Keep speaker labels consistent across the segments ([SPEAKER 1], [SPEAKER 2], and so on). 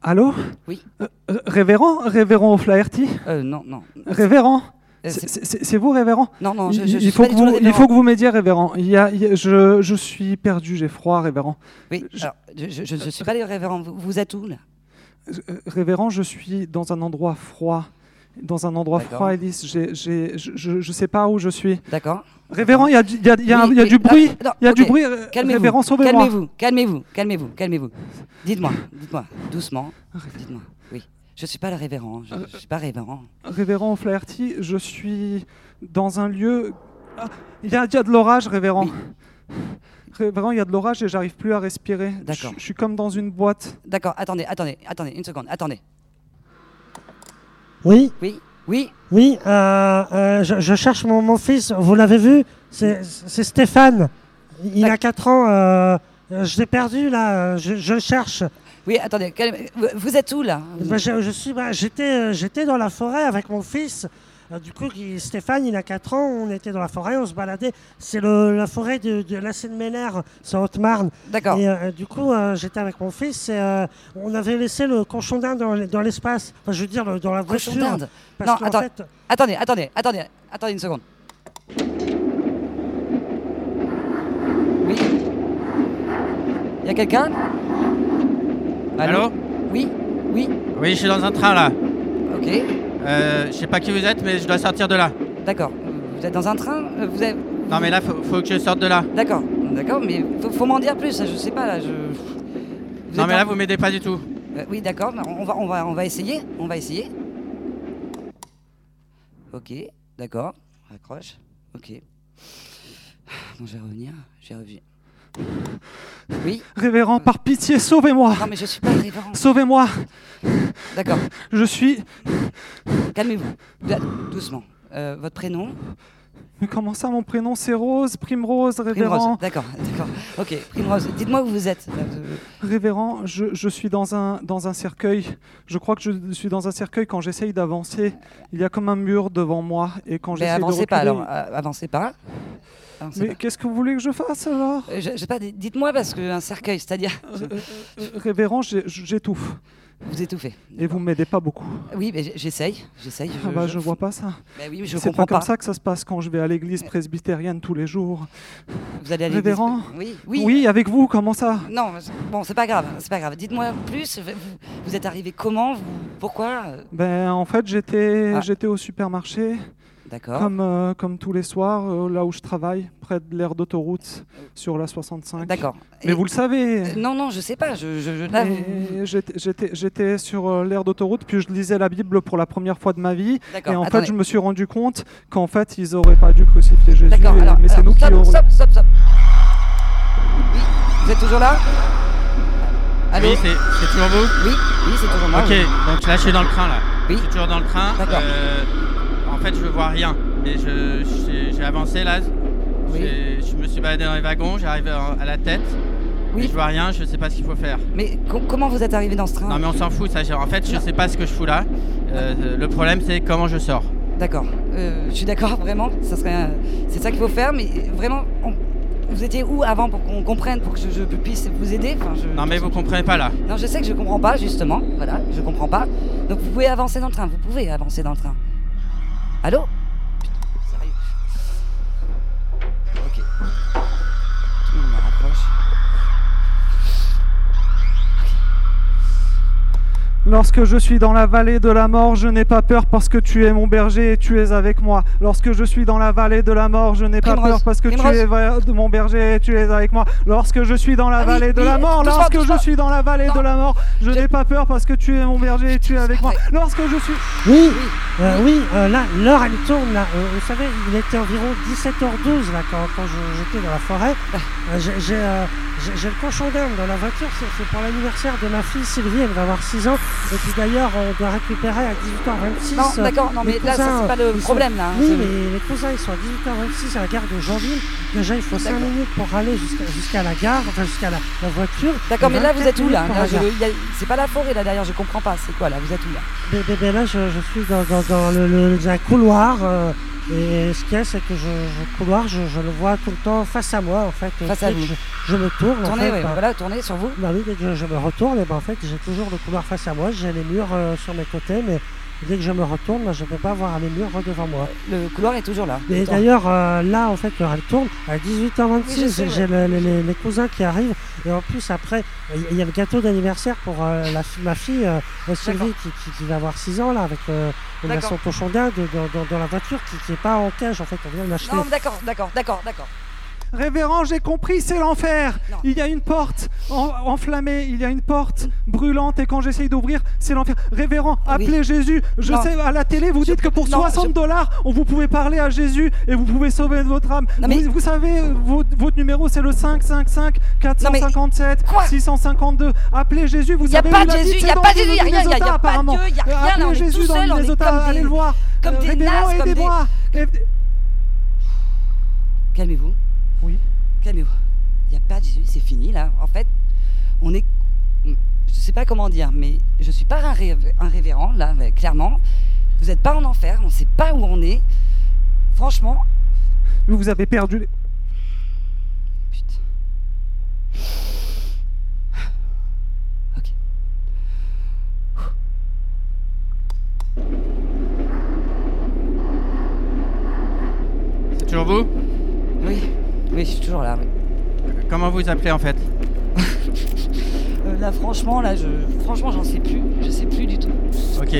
[SPEAKER 1] Allô
[SPEAKER 2] Oui.
[SPEAKER 1] Euh, euh, révérend Révérend O'Flaherty
[SPEAKER 2] Euh, non, non.
[SPEAKER 1] Révérend
[SPEAKER 2] Euh,
[SPEAKER 1] C'est-
[SPEAKER 2] c'est-
[SPEAKER 1] C'est c'est vous, révérend
[SPEAKER 2] Non, non, je,
[SPEAKER 1] Il-
[SPEAKER 2] je, je
[SPEAKER 1] il,
[SPEAKER 2] suis
[SPEAKER 1] faut
[SPEAKER 2] pas
[SPEAKER 1] que
[SPEAKER 2] du tout le
[SPEAKER 1] vous, il
[SPEAKER 2] révérend.
[SPEAKER 1] faut que vous m'aidiez, révérend. Il y a- il y a- je, je suis perdu, j'ai froid, révérend.
[SPEAKER 2] Oui,
[SPEAKER 1] je-
[SPEAKER 2] alors, je, je- je ne suis pas le révérend. Vous, vous êtes où, là
[SPEAKER 1] Euh, Révérend, je suis dans un endroit froid. Dans un endroit
[SPEAKER 2] D'accord.
[SPEAKER 1] froid, Elise, j'ai- j'ai- je- je je sais pas où je suis.
[SPEAKER 2] D'accord.
[SPEAKER 1] Révérend, il y a, du- il y a- il y a-
[SPEAKER 2] Oui,
[SPEAKER 1] il y a
[SPEAKER 2] oui,
[SPEAKER 1] du
[SPEAKER 2] là-
[SPEAKER 1] bruit.
[SPEAKER 2] non,
[SPEAKER 1] Il y a du
[SPEAKER 2] ok.
[SPEAKER 1] bruit. euh,
[SPEAKER 2] Calmez-vous.
[SPEAKER 1] Révérend, sauvez-moi.
[SPEAKER 2] Calmez-vous, calmez-vous, calmez-vous, calmez-vous. Dites-moi, dites-moi, doucement. Dites-moi, oui. Je ne suis pas le révérend.
[SPEAKER 1] Euh,
[SPEAKER 2] Je ne suis pas révérend.
[SPEAKER 1] Révérend O'Flaherty, je suis dans un lieu. Ah, Il y, a il y a de l'orage, révérend.
[SPEAKER 2] Oui.
[SPEAKER 1] Révérend, il y a de l'orage et j'arrive plus à respirer.
[SPEAKER 2] D'accord.
[SPEAKER 1] Je, je suis comme dans une boîte.
[SPEAKER 2] D'accord, attendez, attendez, attendez, une seconde, attendez.
[SPEAKER 3] Oui,
[SPEAKER 2] Oui, oui,
[SPEAKER 3] oui, euh, euh, je, je cherche mon, mon fils, vous l'avez vu C'est c'est Stéphane. Il a 4 ans, euh, euh, je l'ai perdu là, je, je le cherche.
[SPEAKER 2] oui, attendez, calmez- vous- vous êtes où, là
[SPEAKER 3] Bah, je, je suis, bah, j'étais, euh, j'étais dans la forêt avec mon fils. Euh, du coup, qui- Stéphane, il a 4 ans, on était dans la forêt, on se baladait. C'est le, la forêt de, de la Seine-Ménère, c'est en Haute-Marne.
[SPEAKER 2] D'accord,
[SPEAKER 3] Et euh, du coup, euh, j'étais avec mon fils et euh, on avait laissé le cochon d'Inde dans, l- dans l'espace. Enfin, je veux dire, le- dans la
[SPEAKER 2] cochon
[SPEAKER 3] voiture.
[SPEAKER 2] d'Inde.
[SPEAKER 3] Parce
[SPEAKER 2] Non,
[SPEAKER 3] qu'en
[SPEAKER 2] attends.
[SPEAKER 3] fait,
[SPEAKER 2] Attendez, attendez, attendez, attendez une seconde. Oui Il y a quelqu'un
[SPEAKER 4] Allô
[SPEAKER 2] Oui, oui,
[SPEAKER 4] Oui, je suis dans un train là.
[SPEAKER 2] ok,
[SPEAKER 4] Euh, je sais pas qui vous êtes, mais je dois sortir de là.
[SPEAKER 2] d'accord. Vous êtes dans un train euh, Vous êtes...
[SPEAKER 4] Non, mais là, faut, faut que je sorte de là.
[SPEAKER 2] D'accord, d'accord, mais faut, faut m'en dire plus, je sais pas là, je... Vous
[SPEAKER 4] non,
[SPEAKER 2] êtes
[SPEAKER 4] mais
[SPEAKER 2] en-
[SPEAKER 4] là, vous m'aidez pas du tout.
[SPEAKER 2] Euh, oui, d'accord, mais on va, on, va, on va essayer, on va essayer. Ok, d'accord, raccroche, ok. Bon, je vais revenir, j'ai revu. Oui
[SPEAKER 1] Révérend, par pitié, sauvez-moi.
[SPEAKER 2] Non, mais je suis pas le révérend.
[SPEAKER 1] Sauvez-moi.
[SPEAKER 2] D'accord,
[SPEAKER 1] Je suis.
[SPEAKER 2] calmez-vous, Là, doucement. Euh, votre prénom
[SPEAKER 1] Mais comment ça, mon prénom, c'est Rose, Primrose, révérend.
[SPEAKER 2] Primrose, d'accord, d'accord. Ok, Primrose, dites-moi où vous êtes. Euh, Là, je-
[SPEAKER 1] Révérend, je, je suis dans un, dans un cercueil. Je crois que je suis dans un cercueil quand j'essaye d'avancer. Il y a comme un mur devant moi. Et quand
[SPEAKER 2] Mais
[SPEAKER 1] j'essaye de
[SPEAKER 2] avancez pas
[SPEAKER 1] reculer,
[SPEAKER 2] alors, euh, avancez pas. Avancez
[SPEAKER 1] Mais qu'est-ce que vous voulez que je fasse alors
[SPEAKER 2] pas. Euh, je, je sais pas, d- dites-moi parce qu'un cercueil, c'est-à-dire, je-
[SPEAKER 1] Euh, euh, Révérend, j'ai- j'étouffe.
[SPEAKER 2] vous étouffez.
[SPEAKER 1] Et vous m'aidez pas beaucoup.
[SPEAKER 2] Oui, mais j- j'essaye, j'essaye.
[SPEAKER 1] Ah bah, je vois pas ça.
[SPEAKER 2] Bah oui, mais je
[SPEAKER 1] C'est pas
[SPEAKER 2] comprends
[SPEAKER 1] comme
[SPEAKER 2] pas.
[SPEAKER 1] ça que ça se passe quand je vais à l'église presbytérienne tous les jours.
[SPEAKER 2] Vous allez aller
[SPEAKER 1] Révérend
[SPEAKER 2] Oui, oui.
[SPEAKER 1] Oui, avec vous, comment ça
[SPEAKER 2] Non, c'est- bon, c'est pas grave, c'est pas grave. Dites-moi plus. Vous, vous êtes arrivé comment vous, Pourquoi euh,
[SPEAKER 1] Ben en fait, j'étais
[SPEAKER 2] Ah.
[SPEAKER 1] j'étais au supermarché
[SPEAKER 2] D'accord.
[SPEAKER 1] comme euh, comme tous les soirs euh, là où je travaille près de l'aire d'autoroute sur la 65.
[SPEAKER 2] D'accord.
[SPEAKER 1] Mais
[SPEAKER 2] Et-
[SPEAKER 1] vous le savez.
[SPEAKER 2] euh, Non, non, je sais pas. Je, je, je- là, vous-
[SPEAKER 1] Et j'étais- J'étais j'étais sur euh, l'aire d'autoroute, puis je lisais la Bible pour la première fois de ma vie. Et en
[SPEAKER 2] D'accord. attendez.
[SPEAKER 1] fait, je me suis rendu compte qu'en fait, ils auraient pas dû crucifier Jésus.
[SPEAKER 2] D'accord.
[SPEAKER 1] et-
[SPEAKER 2] Alors,
[SPEAKER 1] mais c'est
[SPEAKER 2] alors,
[SPEAKER 1] nous qui
[SPEAKER 2] stop,
[SPEAKER 1] aurions-
[SPEAKER 2] stop, stop, stop. Oui, vous êtes toujours là Allô
[SPEAKER 4] Oui, c'est c'est toujours vous
[SPEAKER 2] Oui, oui, c'est toujours moi.
[SPEAKER 4] Ok,
[SPEAKER 2] oui.
[SPEAKER 4] donc là, je suis dans le train là.
[SPEAKER 2] Oui.
[SPEAKER 4] Je suis toujours dans le train.
[SPEAKER 2] D'accord.
[SPEAKER 4] Euh, en fait, je vois rien. Mais je- j'ai j'ai avancé là.
[SPEAKER 2] Oui.
[SPEAKER 4] J'ai- Je me suis baladé dans les wagons, j'arrive à la tête.
[SPEAKER 2] Oui.
[SPEAKER 4] Mais je vois rien, je sais pas ce qu'il faut faire.
[SPEAKER 2] Mais co- comment vous êtes arrivé dans ce train
[SPEAKER 4] Non, mais on s'en fout ça. j'ai- En fait, je sais pas ce que je fous là. Euh, le problème, c'est comment je sors.
[SPEAKER 2] D'accord. Euh, je suis d'accord, vraiment. Ça serait, un- c'est ça qu'il faut faire, mais vraiment, on- vous étiez où avant pour qu'on comprenne, pour que je, je puisse vous aider Enfin, je-
[SPEAKER 4] Non, mais vous comprenez pas là.
[SPEAKER 2] Non, je sais que je comprends pas, justement. Voilà, je comprends pas. Donc, vous pouvez avancer dans le train. Vous pouvez avancer dans le train. Allô Putain, sérieux. Ok. Tout le monde me rapproche.
[SPEAKER 1] Lorsque je suis dans la vallée de la mort, je n'ai pas peur parce que tu es mon berger et tu es avec moi. Lorsque je suis dans la vallée de la mort, je n'ai pas
[SPEAKER 2] Primrose,
[SPEAKER 1] peur parce que
[SPEAKER 2] Primrose.
[SPEAKER 1] tu es va- de mon berger et tu es avec moi. Lorsque je suis dans la
[SPEAKER 2] Ah oui,
[SPEAKER 1] vallée de
[SPEAKER 2] oui,
[SPEAKER 1] la mort,
[SPEAKER 2] doucement,
[SPEAKER 1] lorsque
[SPEAKER 2] doucement.
[SPEAKER 1] je suis dans la vallée
[SPEAKER 2] Non.
[SPEAKER 1] de la mort, je
[SPEAKER 2] Je-
[SPEAKER 1] n'ai pas peur parce que tu es mon berger et tu es avec moi.
[SPEAKER 2] Ouais.
[SPEAKER 1] Lorsque je suis
[SPEAKER 3] oui,
[SPEAKER 2] Oui.
[SPEAKER 3] euh, oui, euh, là, l'heure elle tourne là. Euh, vous savez, il était environ 17h12 là quand, quand je- j'étais dans la forêt.
[SPEAKER 2] Ah.
[SPEAKER 3] Euh, j'ai, j'ai, euh, j'ai- j'ai le cochon d'Inde dans la voiture, c'est, c'est pour l'anniversaire de ma fille Sylvie, elle va avoir 6 ans. Et puis d'ailleurs, on doit récupérer à 18h26.
[SPEAKER 2] Non,
[SPEAKER 3] euh,
[SPEAKER 2] d'accord, non,
[SPEAKER 3] les
[SPEAKER 2] mais là, ça,
[SPEAKER 3] cousins,
[SPEAKER 2] c'est pas le
[SPEAKER 3] ils sont-
[SPEAKER 2] problème, là. hein,
[SPEAKER 3] Oui,
[SPEAKER 2] c'est-
[SPEAKER 3] mais les cousins, ils sont à 18h26 à la gare de Jeanville. Déjà, il faut 5
[SPEAKER 2] D'accord.
[SPEAKER 3] minutes pour aller jusqu'à, jusqu'à la gare, enfin jusqu'à la, la voiture.
[SPEAKER 2] D'accord,
[SPEAKER 3] Et
[SPEAKER 2] mais là, vous
[SPEAKER 3] 24
[SPEAKER 2] êtes où, là,
[SPEAKER 3] minutes pour
[SPEAKER 2] Là,
[SPEAKER 3] la
[SPEAKER 2] je-
[SPEAKER 3] gare.
[SPEAKER 2] il y a- C'est pas la forêt, là, derrière. Je
[SPEAKER 3] Ben,
[SPEAKER 2] comprends pas. C'est quoi, là Vous êtes où, là
[SPEAKER 3] Bé- bé- bé, là, je, je suis dans, dans- dans le, le- un couloir. euh, Et ce qu'il y a, c'est que je, je couloir, je, je le vois tout le temps face à moi, en fait. Et
[SPEAKER 2] Face à
[SPEAKER 3] dès que
[SPEAKER 2] vous.
[SPEAKER 3] Je, je me tourne. en
[SPEAKER 2] Tournez,
[SPEAKER 3] fait,
[SPEAKER 2] ouais,
[SPEAKER 3] bah,
[SPEAKER 2] voilà, tournez sur vous.
[SPEAKER 3] bah oui, dès que je, je me retourne, et ben, en fait, j'ai toujours le couloir face à moi. J'ai les murs euh, sur mes côtés, mais dès que je me retourne, bah, je ne peux pas voir les murs devant moi.
[SPEAKER 2] Le couloir est toujours là.
[SPEAKER 3] Et
[SPEAKER 2] Attends.
[SPEAKER 3] d'ailleurs, euh, là, en fait, le elle tourne à 18h26.
[SPEAKER 2] Oui, je sais,
[SPEAKER 3] j'ai le- le- les, les cousins qui arrivent. Et en plus, après, il y- il y, a le gâteau d'anniversaire pour euh, la fi- ma fille, euh, euh, Sylvie, qui, qui- qui va avoir 6 ans, là, avec euh, on a
[SPEAKER 2] D'accord.
[SPEAKER 3] son cochon d'Inde dans, dans- dans la voiture qui qui est pas en cage. En fait, on vient de l'acheter.
[SPEAKER 2] Non, mais d'accord, d'accord, d'accord, d'accord.
[SPEAKER 1] Révérend, j'ai compris, c'est l'enfer.
[SPEAKER 2] Non.
[SPEAKER 1] Il y a une porte en- enflammée, il y a une porte brûlante, et quand j'essaye d'ouvrir, c'est l'enfer. Révérend, appelez Jésus. Je
[SPEAKER 2] Non.
[SPEAKER 1] sais, à la télé, vous
[SPEAKER 2] Je-
[SPEAKER 1] dites que pour
[SPEAKER 2] non,
[SPEAKER 1] 60
[SPEAKER 2] je-
[SPEAKER 1] dollars, on vous pouvez parler à Jésus et vous pouvez sauver votre âme.
[SPEAKER 2] Non, mais-
[SPEAKER 1] vous, vous savez, euh, votre, votre numéro, c'est le 555 457
[SPEAKER 2] Quoi
[SPEAKER 1] 652. Appelez Jésus, vous
[SPEAKER 2] Y a
[SPEAKER 1] savez où
[SPEAKER 2] pas
[SPEAKER 1] il
[SPEAKER 2] de
[SPEAKER 1] habite,
[SPEAKER 2] Jésus,
[SPEAKER 1] c'est
[SPEAKER 2] y a
[SPEAKER 1] dans
[SPEAKER 2] pas
[SPEAKER 1] le
[SPEAKER 2] de Jésus, y a rien, y a- y a
[SPEAKER 1] Minnesota,
[SPEAKER 2] pas de
[SPEAKER 1] apparemment.
[SPEAKER 2] Dieu, y a
[SPEAKER 1] Euh,
[SPEAKER 2] rien,
[SPEAKER 1] appelez
[SPEAKER 2] on est
[SPEAKER 1] Jésus
[SPEAKER 2] tout
[SPEAKER 1] dans
[SPEAKER 2] seuls,
[SPEAKER 1] le
[SPEAKER 2] on est
[SPEAKER 1] Minnesota,
[SPEAKER 2] comme des-
[SPEAKER 1] allez le voir.
[SPEAKER 2] comme
[SPEAKER 1] Euh,
[SPEAKER 2] des
[SPEAKER 1] Révérend,
[SPEAKER 2] nazes, comme des-
[SPEAKER 1] aidez-moi. Aide-
[SPEAKER 2] Calmez-vous.
[SPEAKER 1] Oui.
[SPEAKER 2] Calmez-vous. Il n'y a pas de Jésus, c'est fini là. En fait, on est. Je sais pas comment dire, mais je suis pas un, ré- un révérend là, mais clairement. Vous n'êtes pas en enfer, on ne sait pas où on est. Franchement,
[SPEAKER 1] Vous avez perdu. les-
[SPEAKER 2] Putain. Ok.
[SPEAKER 4] C'est toujours vous
[SPEAKER 2] Oui, oui, je suis toujours là. oui.
[SPEAKER 4] Comment vous appelez en fait
[SPEAKER 2] Euh, là, franchement, là, je, franchement, j'en sais plus. Je sais plus du tout.
[SPEAKER 4] Ok.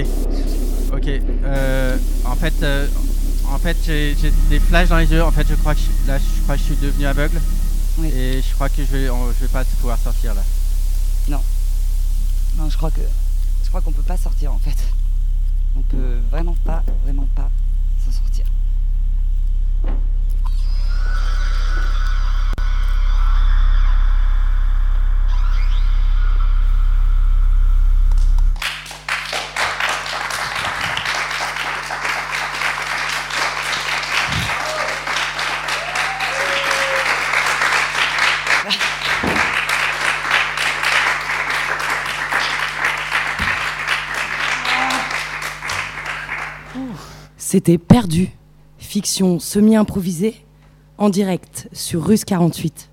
[SPEAKER 4] Ok. Euh, en fait, euh, en fait, j'ai j'ai des flashs dans les yeux. En fait, je crois que je, là, je crois que je suis devenu aveugle.
[SPEAKER 2] Oui.
[SPEAKER 4] Et je crois que je vais, on- je vais pas pouvoir sortir là.
[SPEAKER 2] Non, je crois que, je crois qu'on peut pas sortir en fait. On peut vraiment pas, vraiment pas s'en sortir.
[SPEAKER 5] C'était Perdu, fiction semi-improvisée, en direct sur Russe 48.